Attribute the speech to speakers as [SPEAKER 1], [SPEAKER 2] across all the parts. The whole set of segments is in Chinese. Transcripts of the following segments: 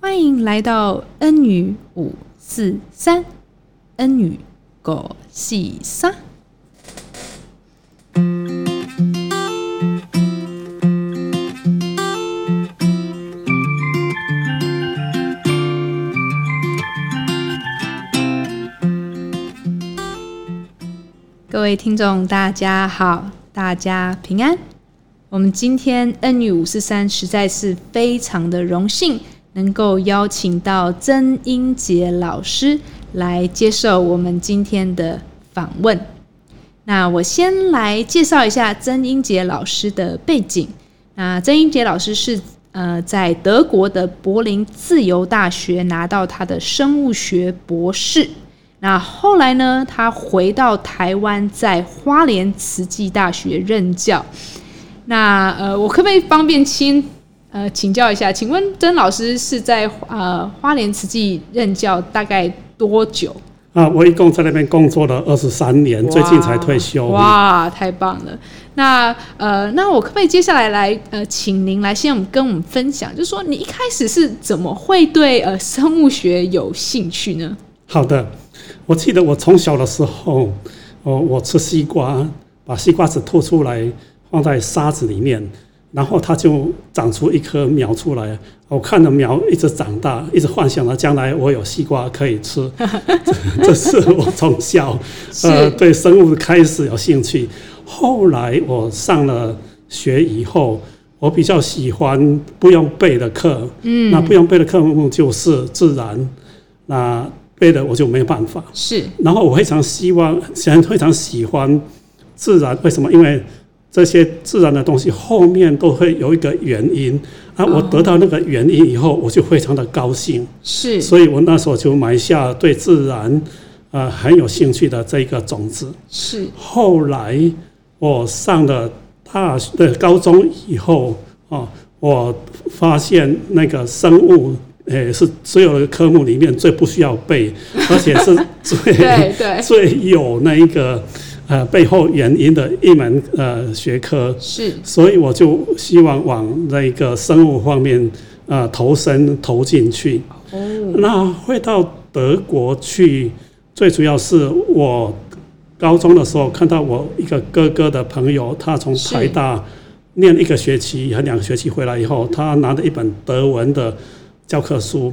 [SPEAKER 1] 欢迎来到恩语五四三，恩语狗戏沙。各位听众，大家好，大家平安。我们今天 N 女五四三实在是非常的荣幸，能够邀请到曾英杰老师来接受我们今天的访问。那我先来介绍一下曾英杰老师的背景。那曾英杰老师是呃在德国的柏林自由大学拿到他的生物学博士。那后来呢，他回到台湾，在花莲慈济大学任教。那呃，我可不可以方便亲呃请教一下？请问曾老师是在呃花莲慈济任教大概多久？
[SPEAKER 2] 啊，我一共在那边工作了二十三年，最近才退休。
[SPEAKER 1] 哇，太棒了！那呃，那我可不可以接下来来呃，请您来先我们跟我们分享，就说你一开始是怎么会对呃生物学有兴趣呢？
[SPEAKER 2] 好的，我记得我从小的时候，哦，我吃西瓜，把西瓜籽吐出来，放在沙子里面，然后它就长出一棵苗出来。我看着苗一直长大，一直幻想着将来我有西瓜可以吃。 这这是我从小呃
[SPEAKER 1] 是
[SPEAKER 2] 对生物开始有兴趣。后来我上了学以后，我比较喜欢不用背的课。嗯，那不用背的科目就是自然，那背的我就没有办法。
[SPEAKER 1] 是
[SPEAKER 2] 然后我非常希望，显然非常喜欢自然。为什么？因为这些自然的东西后面都会有一个原因啊。我得到那个原因以后，我就非常的高兴。
[SPEAKER 1] 是
[SPEAKER 2] 所以我那时候就埋下对自然呃很有兴趣的这一个种子。
[SPEAKER 1] 是
[SPEAKER 2] 后来我上了大学对高中以后哦，我发现那个生物。诶、是所有的科目里面最不需要背，而且是最
[SPEAKER 1] 对对
[SPEAKER 2] 最有那一个呃背后原因的一门呃学科，
[SPEAKER 1] 是
[SPEAKER 2] 所以我就希望往那个生物方面呃投身投进去。
[SPEAKER 1] 哦，
[SPEAKER 2] 那会到德国去，最主要是我高中的时候看到我一个哥哥的朋友，他从
[SPEAKER 1] 是
[SPEAKER 2] 台大念一个学期还两个学期回来以后，他拿着一本德文的教科书，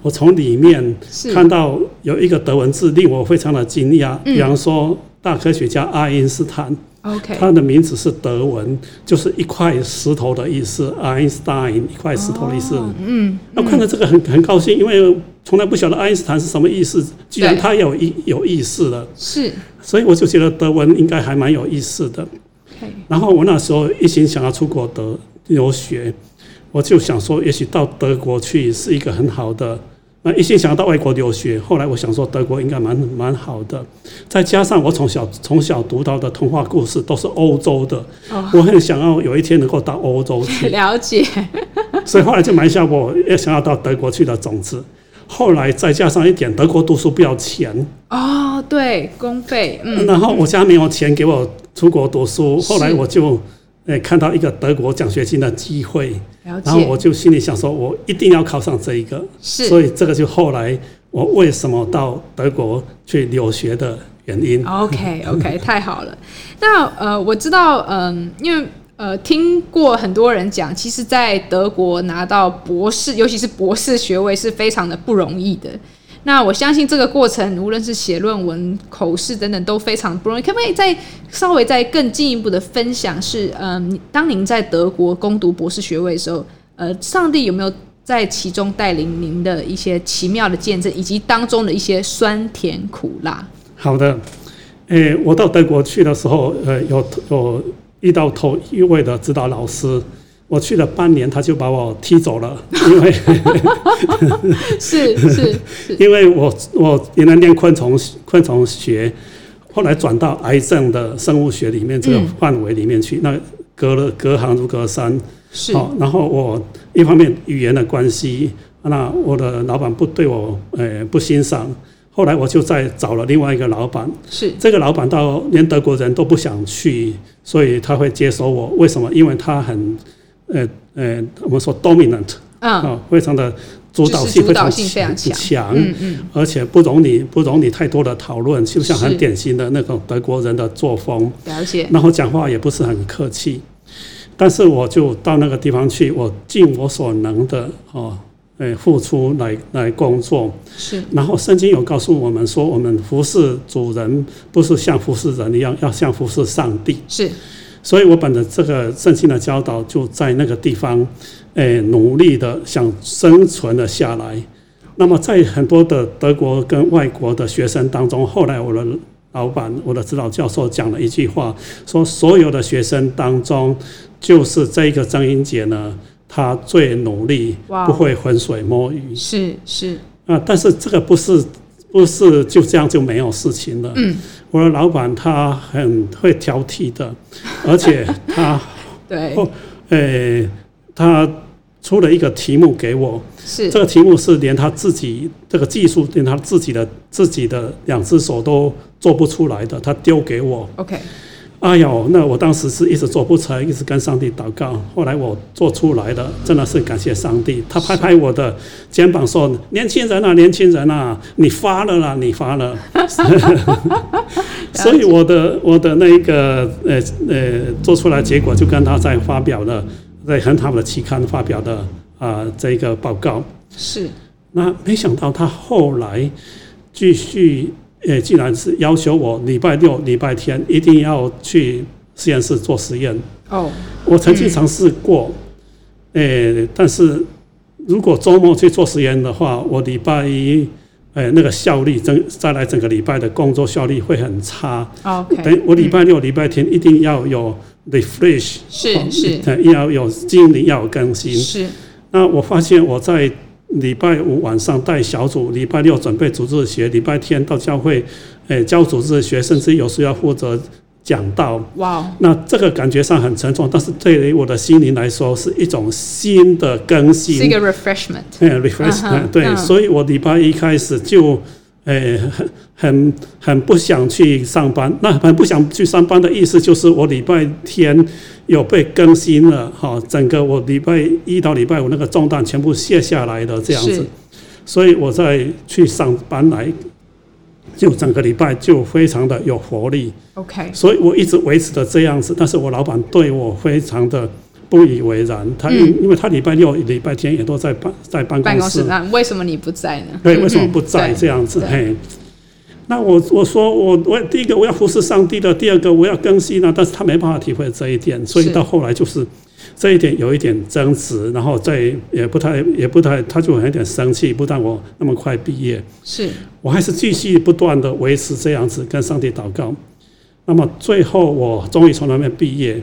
[SPEAKER 2] 我从里面
[SPEAKER 1] 哦 是
[SPEAKER 2] 看到有一个德文字令我非常的惊讶，
[SPEAKER 1] 嗯
[SPEAKER 2] 比方说大科学家爱因斯坦，
[SPEAKER 1] OK
[SPEAKER 2] 他的名字是德文，就是一块石头的意思，Einstein 一块石头的意思。
[SPEAKER 1] 哦嗯，
[SPEAKER 2] 那看到这个很很高兴，因为从来不晓得爱因斯坦是什么意思，居然
[SPEAKER 1] 对
[SPEAKER 2] 他有意有意思了，
[SPEAKER 1] 是
[SPEAKER 2] 所以我就觉得德文应该还蛮有意思的。
[SPEAKER 1] OK
[SPEAKER 2] 然后我那时候一心想要出国德留学，我就想说，也许到德国去是一个很好的。那一心想要到外国留学，后来我想说德国应该蛮蛮好的，再加上我从小从小读到的童话故事都是欧洲的，
[SPEAKER 1] 哦
[SPEAKER 2] 我很想要有一天能够到欧洲去。
[SPEAKER 1] 了解
[SPEAKER 2] 所以后来就埋下我也想要到德国去的种子。后来再加上一点，德国读书不要钱，
[SPEAKER 1] 哦，对公费嗯
[SPEAKER 2] 然后我家没有钱给我出国读书，
[SPEAKER 1] 是
[SPEAKER 2] 后来我就诶、呃看到一个德国奖学金的机会，
[SPEAKER 1] 了
[SPEAKER 2] 然后
[SPEAKER 1] 解
[SPEAKER 2] 我就心里想说，我一定要考上这一个，
[SPEAKER 1] 是
[SPEAKER 2] 所以这个就后来我为什么到德国去留学的原因。
[SPEAKER 1] OK OK，太好了。那呃，我知道，嗯、因为呃，听过很多人讲，其实，在德国拿到博士，尤其是博士学位，是非常的不容易的。那我相信这个过程，无论是写论文、口试等等，都非常不容易。可不可以再稍微再更进一步的分享是，嗯、你当您在德国攻读博士学位的时候，呃，上帝有没有在其中带领您的一些奇妙的见证，以及当中的一些酸甜苦辣？
[SPEAKER 2] 好的，诶、我到德国去的时候，呃，有有遇到头一位的指导老师，我去了半年，他就把我踢走了，因为
[SPEAKER 1] 是是
[SPEAKER 2] 因为我我原来念昆虫昆虫学，后来转到癌症的生物学里面这个
[SPEAKER 1] 嗯
[SPEAKER 2] 范围里面去，那隔了隔行如隔山，
[SPEAKER 1] 是
[SPEAKER 2] 好、然后我一方面语言的关系，那我的老板不对我呃不欣赏，后来我就再找了另外一个老板。
[SPEAKER 1] 是
[SPEAKER 2] 这个老板到连德国人都不想去，所以他会接收我。为什么？因为他很，呃呃，我们说 dominant 啊、
[SPEAKER 1] 嗯
[SPEAKER 2] 非常的主导
[SPEAKER 1] 就是
[SPEAKER 2] 性非
[SPEAKER 1] 主导
[SPEAKER 2] 常
[SPEAKER 1] 性非常强
[SPEAKER 2] 强，
[SPEAKER 1] 嗯嗯，
[SPEAKER 2] 而且不容你不容你太多的讨论，就像
[SPEAKER 1] 是
[SPEAKER 2] 很典型的那种德国人的作风，
[SPEAKER 1] 了解，
[SPEAKER 2] 然后讲话也不是很客气。但是我就到那个地方去，我尽我所能的哦，呃，付出来来工作。
[SPEAKER 1] 是
[SPEAKER 2] 然后圣经有告诉我们说，我们服侍主人不是像服侍人一样，要像服侍上帝。
[SPEAKER 1] 是
[SPEAKER 2] 所以我本着这个圣经的教导，就在那个地方，诶、努力的想生存了下来。那么在很多的德国跟外国的学生当中，后来我的老板、我的指导教授讲了一句话，说所有的学生当中，就是这一个张英杰呢，他最努力
[SPEAKER 1] 哇，
[SPEAKER 2] 不会浑水摸鱼。
[SPEAKER 1] 是是，
[SPEAKER 2] 啊，但是这个不是不是就这样就没有事情了。
[SPEAKER 1] 嗯，
[SPEAKER 2] 我的老板他很会挑剔 的，而且他
[SPEAKER 1] 对，
[SPEAKER 2] 后呃他出了一个题目给我，
[SPEAKER 1] 是
[SPEAKER 2] 这个题目是连他自己这个技术连他自己的自己的两只手都做不出来的，他丢给我。
[SPEAKER 1] OK，
[SPEAKER 2] 哎呦，那我当时是一直做不成，一直跟上帝祷告。后来我做出来了，真的是感谢上帝。他拍拍我的肩膀说：“年轻人啊，年轻人啊，你发了啦，你发了。”所以我的我的那个呃呃做出来结果就跟他在发表了在很好的期刊发表的啊、这个报告。
[SPEAKER 1] 是
[SPEAKER 2] 那没想到他后来继续，呃，竟然是要求我礼拜六、礼拜天一定要去实验室做实验。
[SPEAKER 1] 哦，
[SPEAKER 2] 我曾经尝试过，呃，但是如果周末去做实验的话，我礼拜一，呃，那个效率整再来整个礼拜的工作效率会很差。
[SPEAKER 1] OK，
[SPEAKER 2] 等于我礼拜六、礼拜天一定要有 refresh，
[SPEAKER 1] 是
[SPEAKER 2] 哦
[SPEAKER 1] 是
[SPEAKER 2] 呃要有精灵要有更新。
[SPEAKER 1] 是
[SPEAKER 2] 那我发现我在礼拜五晚上带小组，礼拜六准备组织学，礼拜天到教会，诶、教组织学，甚至有时要负责讲道。
[SPEAKER 1] 哇哦，
[SPEAKER 2] 那这个感觉上很沉重，但是对于我的心灵来说是一种新的更新，
[SPEAKER 1] 是一个 refreshment，
[SPEAKER 2] 哎 refresh，、
[SPEAKER 1] 嗯哼
[SPEAKER 2] 对，
[SPEAKER 1] 嗯
[SPEAKER 2] 所以我礼拜一开始就，哎，很很很不想去上班。那很不想去上班的意思就是我礼拜天有被更新了，哈、整个我礼拜一到礼拜五那个重担全部卸下来的这样子
[SPEAKER 1] 是，
[SPEAKER 2] 所以我再去上班来，就整个礼拜就非常的有活力。
[SPEAKER 1] OK，
[SPEAKER 2] 所以我一直维持的这样子，但是我老板对我非常的不以为然，他因、因为他礼拜六、礼拜天也都在办在办
[SPEAKER 1] 嗯办
[SPEAKER 2] 公
[SPEAKER 1] 公室
[SPEAKER 2] 室，
[SPEAKER 1] 那为什么你不在呢？
[SPEAKER 2] 对，
[SPEAKER 1] 嗯
[SPEAKER 2] 为什么
[SPEAKER 1] 嗯
[SPEAKER 2] 不在
[SPEAKER 1] 对
[SPEAKER 2] 这样子？
[SPEAKER 1] 对
[SPEAKER 2] 嘿，那我我说我我第一个我要服侍上帝的，第二个我要更新啊，但是他没办法体会这一点，所以
[SPEAKER 1] 是
[SPEAKER 2] 到后来就是这一点有一点争执，然后再也不太也不太，他就有点生气，不让我那么快毕业。
[SPEAKER 1] 是
[SPEAKER 2] 我还是继续不断的维持这样子跟上帝祷告。那么最后我终于从那边毕业，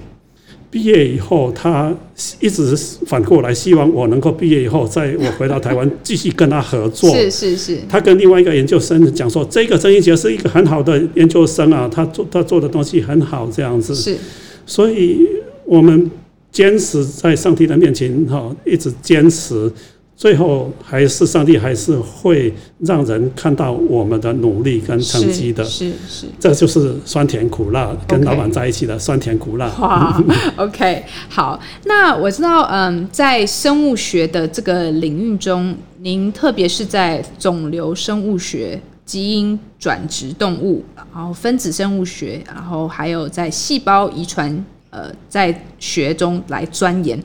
[SPEAKER 2] 毕业以后他一直反过来希望我能够毕业以后，在我回到台湾继续跟他合作。
[SPEAKER 1] 是是是
[SPEAKER 2] 他跟另外一个研究生讲说，这个曾英杰是一个很好的研究生啊，他做他做的东西很好，这样子。
[SPEAKER 1] 是
[SPEAKER 2] 所以我们坚持在上帝的面前哈、一直坚持，最后还是上帝还是会让人看到我们的努力跟
[SPEAKER 1] 是
[SPEAKER 2] 成绩的。
[SPEAKER 1] 是是。
[SPEAKER 2] 这就是酸甜苦辣，跟
[SPEAKER 1] OK
[SPEAKER 2] 老板在一起的酸甜苦辣。
[SPEAKER 1] 哇，OK，好，那我知道，嗯，在生物学的这个领域中，您特别是在肿瘤生物学、基因转植动物，然后分子生物学，然后还有在细胞遗传，呃，在学中来钻研。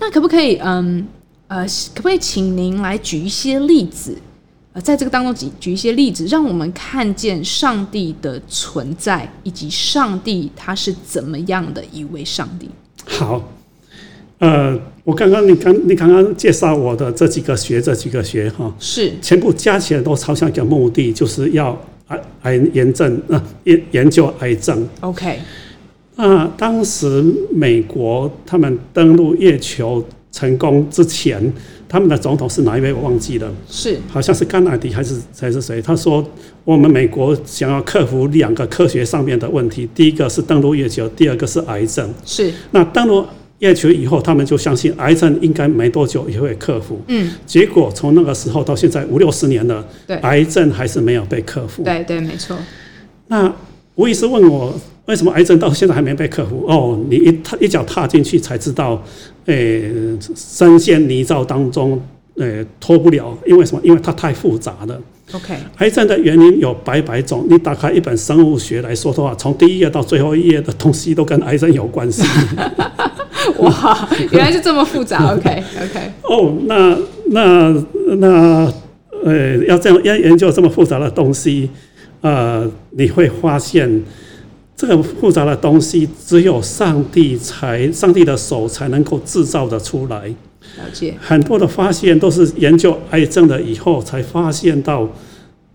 [SPEAKER 1] 那可不可以，嗯，呃，可不可以请您来举一些例子？呃，在这个当中举举一些例子，让我们看见上帝的存在，以及上帝他是怎么样的一位上帝。
[SPEAKER 2] 好，呃，我刚刚你刚你刚刚介绍我的这几个学这几个学哈，
[SPEAKER 1] 是
[SPEAKER 2] 全部加起来都朝向一个目的，就是要癌癌炎症啊、研研究癌症。
[SPEAKER 1] OK，
[SPEAKER 2] 那当时美国他们登陆月球成功之前，他们的总统是哪一位我忘记了，
[SPEAKER 1] 是
[SPEAKER 2] 好像是甘乃迪还是还是谁？他说我们美国想要克服两个科学上面的问题，第一个是登陆月球，第二个是癌症。
[SPEAKER 1] 是，
[SPEAKER 2] 那登陆月球以后，他们就相信癌症应该没多久也会克服。
[SPEAKER 1] 嗯，
[SPEAKER 2] 结果从那个时候到现在五六十年了
[SPEAKER 1] 对，
[SPEAKER 2] 癌症还是没有被克服。
[SPEAKER 1] 对对，没错，
[SPEAKER 2] 那吴医师问我，为什么癌症到现在还没被克服？哦，你一踏一脚踏进去才知道，诶、深陷泥沼当中呃脱不了，因为什么？因为它太复杂了。
[SPEAKER 1] OK，
[SPEAKER 2] 癌症的原因有百百种，你打开一本生物学来说的话，从第一页到最后一页的东西都跟癌症有关系。
[SPEAKER 1] 哇，原来是这么复杂。OK，OK，
[SPEAKER 2] 哦，那那那呃，要这样要研究这么复杂的东西，呃，你会发现这个复杂的东西只有上帝才上帝的手才能够制造的出来。
[SPEAKER 1] 了解。
[SPEAKER 2] 很多的发现都是研究癌症了以后才发现到，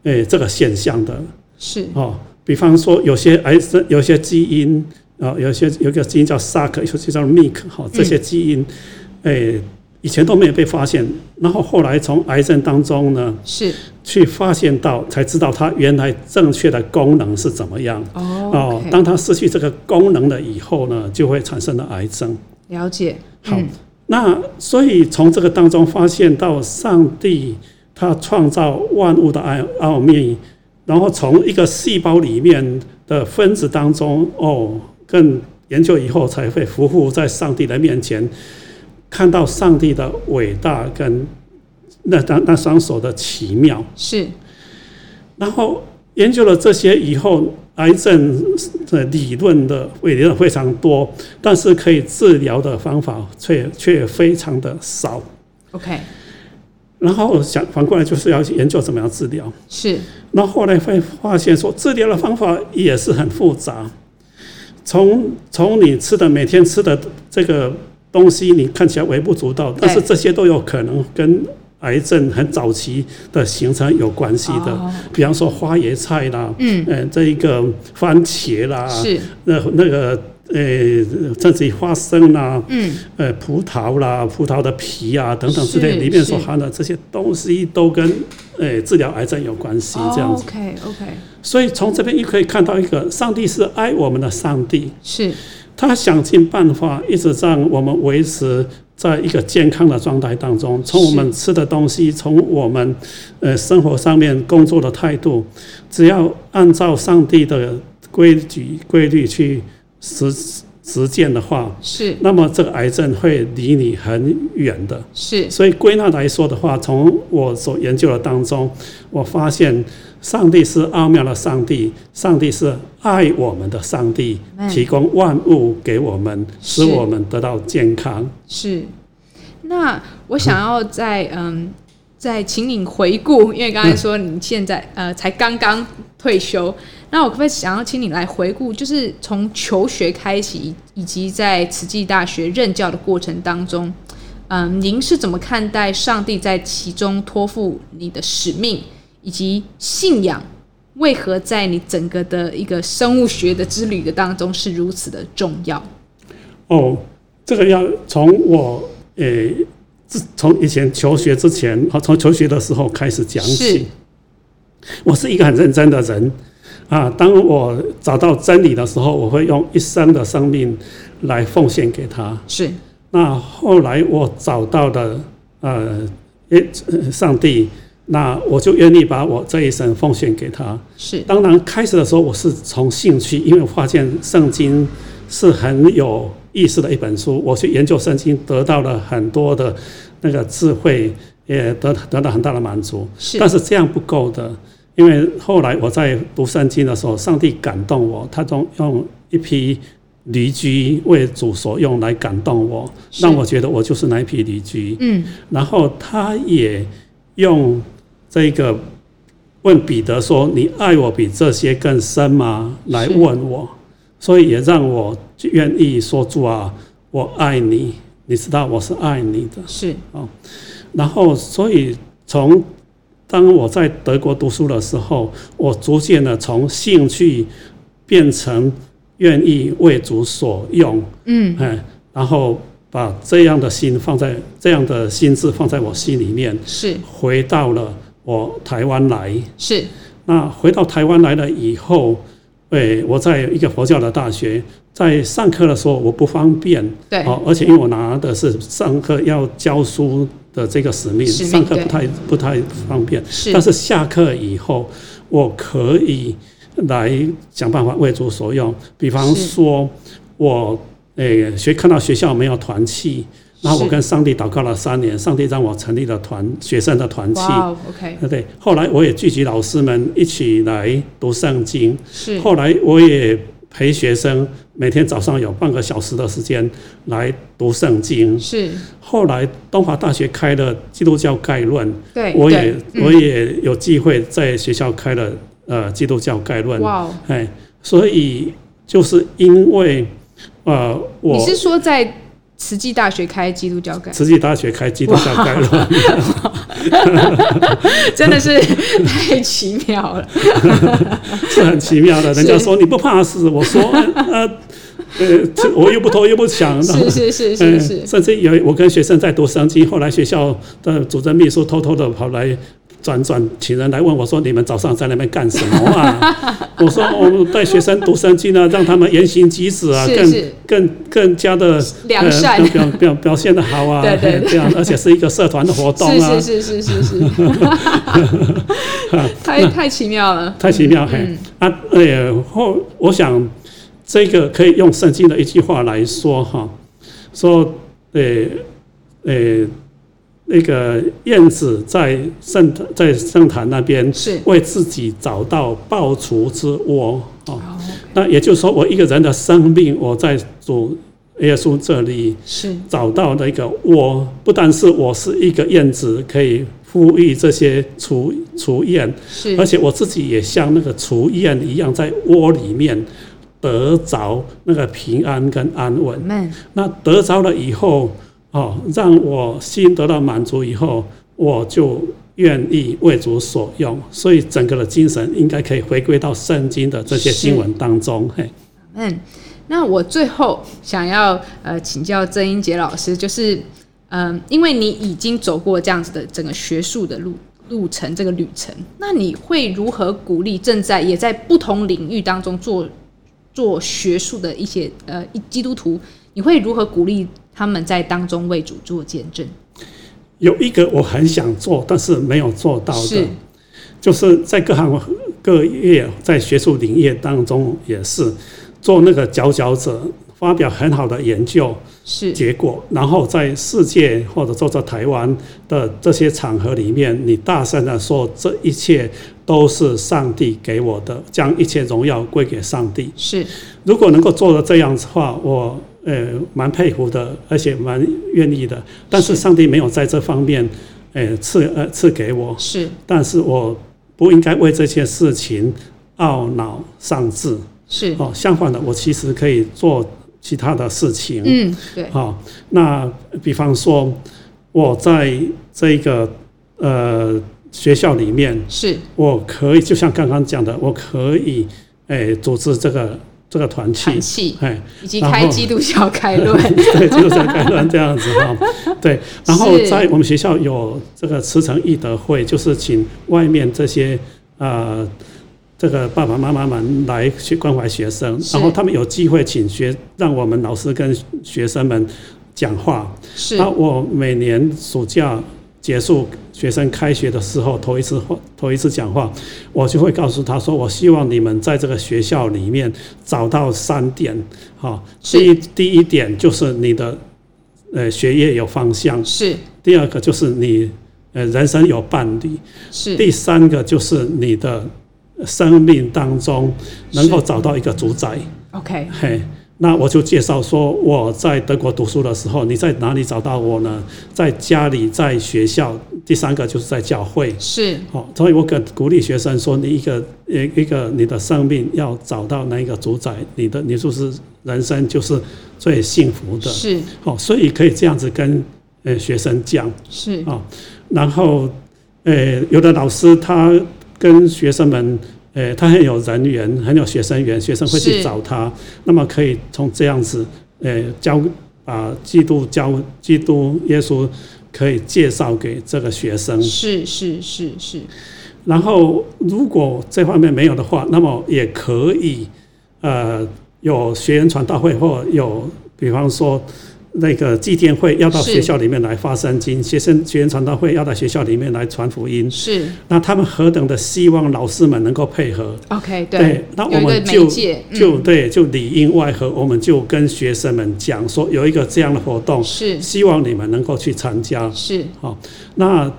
[SPEAKER 2] 诶、这个现象的
[SPEAKER 1] 是
[SPEAKER 2] 哦。比方说，有些癌症，有些基因啊、有些有一个基因叫 SARC，有些叫 MYC，哈、
[SPEAKER 1] 嗯
[SPEAKER 2] 这些基因，诶、以前都没有被发现，然后后来从癌症当中呢
[SPEAKER 1] 是
[SPEAKER 2] 去发现到，才知道它原来正确的功能是怎么样。
[SPEAKER 1] 哦，OK，
[SPEAKER 2] 当它失去这个功能了以后呢，就会产生了癌症。
[SPEAKER 1] 了解。
[SPEAKER 2] 好
[SPEAKER 1] 嗯，
[SPEAKER 2] 那所以从这个当中发现到上帝他创造万物的奥奥秘，然后从一个细胞里面的分子当中，哦，更研究以后才会匍匐在上帝的面前，看到上帝的伟大跟那那那双手的奇妙。
[SPEAKER 1] 是
[SPEAKER 2] 然后研究了这些以后，癌症的理论的理论非常多，但是可以治疗的方法却却非常的少。
[SPEAKER 1] OK，
[SPEAKER 2] 然后想反过来就是要研究怎么样治疗，
[SPEAKER 1] 是
[SPEAKER 2] 然后后来会发现说治疗的方法也是很复杂，从从你吃的每天吃的这个东西，你看起来微不足道，但是
[SPEAKER 1] 对
[SPEAKER 2] 这些都有可能跟癌症很早期的形成有关系的。
[SPEAKER 1] 哦
[SPEAKER 2] 比方说花椰菜啦，
[SPEAKER 1] 嗯
[SPEAKER 2] 呃，这一个番茄啦，
[SPEAKER 1] 是
[SPEAKER 2] 那那个呃，甚至于花生啦，
[SPEAKER 1] 嗯，
[SPEAKER 2] 呃，葡萄啦，葡萄的皮啊等等之类，
[SPEAKER 1] 是
[SPEAKER 2] 里面所
[SPEAKER 1] 是
[SPEAKER 2] 含的啊这些东西都跟呃治疗癌症有关系，
[SPEAKER 1] 哦
[SPEAKER 2] 这样子。
[SPEAKER 1] OK OK，
[SPEAKER 2] 所以从这边也可以看到一个，上帝是爱我们的上帝，
[SPEAKER 1] 是
[SPEAKER 2] 他想尽办法一直让我们维持在一个健康的状态当中，从我们吃的东西，从我们呃生活上面工作的态度，只要按照上帝的规矩规律去实实践的话，
[SPEAKER 1] 是
[SPEAKER 2] 那么这个癌症会离你很远的。
[SPEAKER 1] 是
[SPEAKER 2] 所以归纳来说的话，从我所研究的当中，我发现上帝是奥妙的上帝，上帝是爱我们的上帝
[SPEAKER 1] Amen，
[SPEAKER 2] 提供万物给我们，
[SPEAKER 1] 是
[SPEAKER 2] 使我们得到健康。
[SPEAKER 1] 是。那我想要再嗯，再请你回顾， 因为刚才说你现在呃才刚刚退休，那我可不可以想要请你来回顾，就是从求学开始，以以及在慈济大学任教的过程当中，嗯，您是怎么看待上帝在其中托付你的使命，以及信仰为何在你整个的一个生物学的之旅的当中是如此的重要？
[SPEAKER 2] 哦，这个要从我呃，自从以前求学之前，啊，从求学的时候开始讲
[SPEAKER 1] 是
[SPEAKER 2] 起。我是一个很认真的人啊，当我找到真理的时候，我会用一生的生命来奉献给他。
[SPEAKER 1] 是
[SPEAKER 2] 那后来我找到了呃，耶呃上帝，那我就愿意把我这一生奉献给他。
[SPEAKER 1] 是
[SPEAKER 2] 当然，开始的时候我是从兴趣，因为我发现圣经是很有意思的一本书，我去研究圣经，得到了很多的那个智慧，也得得到很大的满足。
[SPEAKER 1] 是
[SPEAKER 2] 但是这样不够的，因为后来我在读圣经的时候，上帝感动我，他用用一批驴驹为主所用来感动我，
[SPEAKER 1] 是
[SPEAKER 2] 让我觉得我就是那一批驴驹。
[SPEAKER 1] 嗯
[SPEAKER 2] 然后他也用这个问彼得说：“你爱我比这些更深吗？”来
[SPEAKER 1] 是
[SPEAKER 2] 问我，所以也让我愿意说主啊，我爱你，你知道我是爱你的。
[SPEAKER 1] 是
[SPEAKER 2] 然后，所以从当我在德国读书的时候，我逐渐的从兴趣变成愿意为主所用，
[SPEAKER 1] 嗯
[SPEAKER 2] 哎，然后把这样的心放在这样的心智放在我心里面，
[SPEAKER 1] 是
[SPEAKER 2] 回到了我台湾来。
[SPEAKER 1] 是
[SPEAKER 2] 那回到台湾来了以后，诶、我在一个佛教的大学，在上课的时候我不方便，
[SPEAKER 1] 对
[SPEAKER 2] 哦，而且因为我拿的是上课要教书的这个使命，
[SPEAKER 1] 使命
[SPEAKER 2] 上课
[SPEAKER 1] 对
[SPEAKER 2] 不太不太方便，
[SPEAKER 1] 是
[SPEAKER 2] 但是下课以后我可以来想办法为主所用，比方
[SPEAKER 1] 是
[SPEAKER 2] 说我诶、学看到学校没有团契，那我跟上帝祷告了三年，上帝让我成立了团学生的团契，
[SPEAKER 1] 哇、o 哦 k
[SPEAKER 2] 对不对？后来我也聚集老师们一起来读圣经，
[SPEAKER 1] 是
[SPEAKER 2] 后来我也陪学生每天早上有半个小时的时间来读圣经。
[SPEAKER 1] 是，
[SPEAKER 2] 后来东华大学开了基督教概论，
[SPEAKER 1] 对，
[SPEAKER 2] 我也
[SPEAKER 1] 对嗯
[SPEAKER 2] 我也有机会在学校开了呃基督教概论
[SPEAKER 1] 嗯、，哇哦，
[SPEAKER 2] 哎，所以就是因为呃我
[SPEAKER 1] 你是说在慈济大学开基督教 改，
[SPEAKER 2] 慈济大学开基督教概论，
[SPEAKER 1] 真的是太奇妙 了，
[SPEAKER 2] 是很奇妙的。人家说你不怕死，我说呃呃，这我又不偷又不抢， 然后
[SPEAKER 1] 是是是是
[SPEAKER 2] 嗯，
[SPEAKER 1] 是，
[SPEAKER 2] 甚至有我跟学生在读圣经，后来学校的主任秘书偷偷的跑来转转，请人来问我说：“你们早上在那边干什么啊？” 我说：“我们带学生读圣经呢、啊，让他们言行举止啊，
[SPEAKER 1] 是是
[SPEAKER 2] 更更更加的
[SPEAKER 1] 良善
[SPEAKER 2] 呃、表表表现的好啊，
[SPEAKER 1] 对对
[SPEAKER 2] 嘿
[SPEAKER 1] 对
[SPEAKER 2] 这样，而且是一个社团的活动 啊，
[SPEAKER 1] 是是是是是是， 太太奇妙了，
[SPEAKER 2] 太奇妙嘿、
[SPEAKER 1] 嗯
[SPEAKER 2] 啊！呃，后我想这个可以用圣经的一句话来说哈，说呃呃那个燕子在圣在圣坛那边
[SPEAKER 1] 是
[SPEAKER 2] 为自己找到爆竹之窝哦，
[SPEAKER 1] 哦
[SPEAKER 2] 那也就是说，我一个人的生命，我在主耶稣这里
[SPEAKER 1] 是
[SPEAKER 2] 找到那个我，不但是我是一个燕子，可以呼吁这些雏雏燕。
[SPEAKER 1] 是
[SPEAKER 2] 而且我自己也像那个雏燕一样，在窝里面得着那个平安跟安稳。
[SPEAKER 1] ，man
[SPEAKER 2] 那得着了以后，哦，让我心得到满足以后，我就愿意为主所用。所以整个的精神应该可以回归到圣经的这些
[SPEAKER 1] 是
[SPEAKER 2] 经文当中。嘿，
[SPEAKER 1] 嗯，那我最后想要呃请教曾英杰老师，就是嗯、因为你已经走过这样子的整个学术的路路程这个旅程，那你会如何鼓励正在也在不同领域当中做做学术的一些呃一基督徒，你会如何鼓励他们在当中为主做见证？
[SPEAKER 2] 有一个我很想做，但是没有做到的
[SPEAKER 1] 是，
[SPEAKER 2] 就是在各行各业，在学术领域当中也是做那个佼佼者，发表很好的研究
[SPEAKER 1] 是
[SPEAKER 2] 结果，然后在世界或者说在台湾的这些场合里面，你大声的说这一切都是上帝给我的，将一切荣耀归给上帝。
[SPEAKER 1] 是
[SPEAKER 2] 如果能够做到这样子的话，我呃蛮佩服的，而且蛮愿意的。但是
[SPEAKER 1] 是
[SPEAKER 2] 上帝没有在这方面呃赐呃赐给我，
[SPEAKER 1] 是
[SPEAKER 2] 但是我不应该为这些事情懊恼丧志。
[SPEAKER 1] 是，
[SPEAKER 2] 哦，相反的，我其实可以做其他的事情。
[SPEAKER 1] 嗯，对，
[SPEAKER 2] 好、那比方说，我在这个呃学校里面，
[SPEAKER 1] 是
[SPEAKER 2] 我可以就像刚刚讲的，我可以诶组织这个这个团契
[SPEAKER 1] 喘，气，
[SPEAKER 2] 哎，
[SPEAKER 1] 以及
[SPEAKER 2] 然后
[SPEAKER 1] 开基督教开论
[SPEAKER 2] 对，就是概论这样子 哈、对，然后
[SPEAKER 1] 是
[SPEAKER 2] 在我们学校有这个慈诚义德会，就是请外面这些呃。这个爸爸妈妈们来去关怀学生，
[SPEAKER 1] 是
[SPEAKER 2] 然后他们有机会请学，让我们老师跟学生们讲话，
[SPEAKER 1] 是
[SPEAKER 2] 那我每年暑假结束，学生开学的时候，头一次话，头一次讲话，我就会告诉他说，我希望你们在这个学校里面找到三点，哈、
[SPEAKER 1] 是
[SPEAKER 2] 第一第一点就是你的呃学业有方向，
[SPEAKER 1] 是
[SPEAKER 2] 第二个就是你呃人生有伴侣，
[SPEAKER 1] 是
[SPEAKER 2] 第三个就是你的生命当中能够
[SPEAKER 1] 是
[SPEAKER 2] 找到一个主宰。
[SPEAKER 1] ，OK，
[SPEAKER 2] 嘿，那我就介绍说我在德国读书的时候，你在哪里找到我呢？在家里，在学校，第三个就是在教会。
[SPEAKER 1] 是
[SPEAKER 2] 好、所以我跟鼓励学生说，你一个一一个你的生命要找到那一个主宰，你的你就是人生就是最幸福的。
[SPEAKER 1] 是
[SPEAKER 2] 好、所以可以这样子跟呃学生讲。
[SPEAKER 1] 是
[SPEAKER 2] 啊、然后，呃，有的老师他跟学生们，呃，他很有人缘，很有学生缘，学生会去
[SPEAKER 1] 是
[SPEAKER 2] 找他，那么可以从这样子，呃，教把基督教基督耶稣可以介绍给这个学生。
[SPEAKER 1] 是是是是
[SPEAKER 2] 然后，如果这方面没有的话，那么也可以，呃，有学员传道会或有，比方说那个祭奠会要到
[SPEAKER 1] 是
[SPEAKER 2] 学校里面来发圣经，学生学员传道会要到学校里面来传福音。
[SPEAKER 1] 是
[SPEAKER 2] 那他们何等的希望老师们能够配合，
[SPEAKER 1] OK，
[SPEAKER 2] 对，那我
[SPEAKER 1] 有一个
[SPEAKER 2] 们
[SPEAKER 1] 媒
[SPEAKER 2] 就
[SPEAKER 1] 介，嗯
[SPEAKER 2] 就对，就里应外合，我们就跟学生们讲说有一个这样的活动
[SPEAKER 1] 嗯、，是
[SPEAKER 2] 希望你们能够去参加。
[SPEAKER 1] 是
[SPEAKER 2] 好，那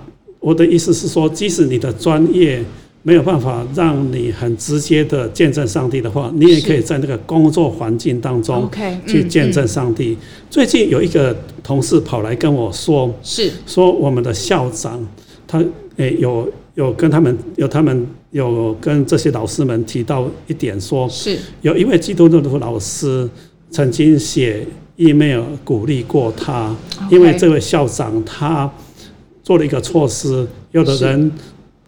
[SPEAKER 2] 我的意思是说，即使你的专业没有办法让你很直接的见证上帝的话，你也
[SPEAKER 1] 是
[SPEAKER 2] 可以在那个工作环境当中
[SPEAKER 1] OK
[SPEAKER 2] 去见证
[SPEAKER 1] 嗯
[SPEAKER 2] 上帝。最近有一个同事跑来跟我说
[SPEAKER 1] 嗯，是
[SPEAKER 2] 说我们的校长他诶、有有跟他们有他们有跟这些老师们提到一点说，
[SPEAKER 1] 是
[SPEAKER 2] 有一位基督徒的老师曾经写 email 鼓励过他
[SPEAKER 1] OK
[SPEAKER 2] 因为这位校长他做了一个措施，有的
[SPEAKER 1] 是
[SPEAKER 2] 人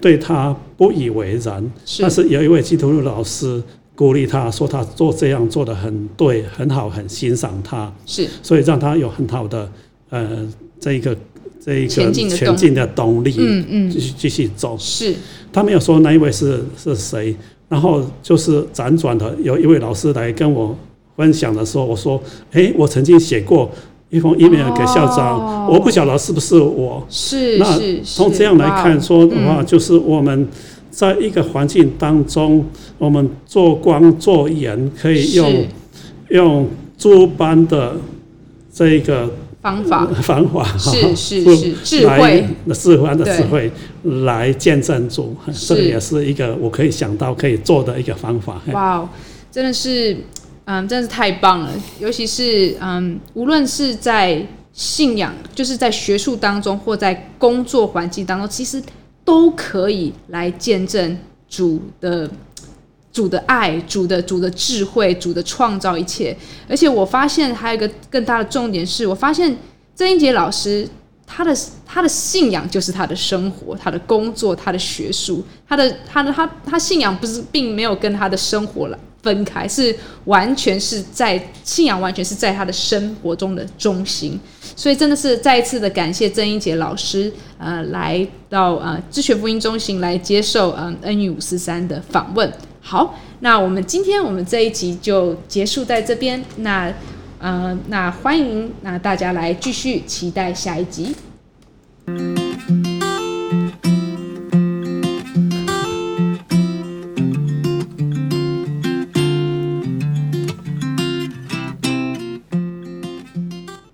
[SPEAKER 2] 对他不以为然，
[SPEAKER 1] 是
[SPEAKER 2] 但是有一位基督徒老师鼓励他说他做这样做的很对，很好，很欣赏他，
[SPEAKER 1] 是
[SPEAKER 2] 所以让他有很好的呃这一个这一个
[SPEAKER 1] 前进的动力
[SPEAKER 2] 前进的动力，
[SPEAKER 1] 嗯
[SPEAKER 2] 继
[SPEAKER 1] 嗯
[SPEAKER 2] 续继续走。
[SPEAKER 1] 是
[SPEAKER 2] 他没有说那一位是是谁，然后就是辗转的有一位老师来跟我分享的时候，我说：“诶，我曾经写过一封 email 给校长，
[SPEAKER 1] 哦
[SPEAKER 2] 我不晓得是不是我。
[SPEAKER 1] 是
[SPEAKER 2] 那
[SPEAKER 1] 是是，
[SPEAKER 2] 从这样来看说的话，
[SPEAKER 1] 哇哦，
[SPEAKER 2] 就是我们在一个环境当中，我们做光做盐可
[SPEAKER 1] 可
[SPEAKER 2] 以用用诸般的这一个
[SPEAKER 1] 方法，
[SPEAKER 2] 方法，
[SPEAKER 1] 是是
[SPEAKER 2] 不
[SPEAKER 1] 是智
[SPEAKER 2] 嗯来
[SPEAKER 1] 慧，
[SPEAKER 2] 那智慧的
[SPEAKER 1] 对
[SPEAKER 2] 智慧来见证主，这个也是一个我可以想到可以做的一个方法。
[SPEAKER 1] 哇哦，真的是，嗯，真的是太棒了。尤其是，嗯，无论是在信仰，就是在学术当中，或在工作环境当中，其实都可以来见证主的。主的爱，主的主的智慧，主的创造一切。而且我发现还有一个更大的重点是，我发现郑英杰老师他的他的信仰就是他的生活、他的工作、他的学术、他的他的他他信仰不是并没有跟他的生活来分开，是完全是在信仰完全是在他的生活中的中心。所以真的是再一次的感谢郑英杰老师，呃，来到呃知学福音中心来接受嗯 N 语五四三的访问。好，那我们今天我们这一集就结束在这边。那呃，那欢迎那大家来继续期待下一集。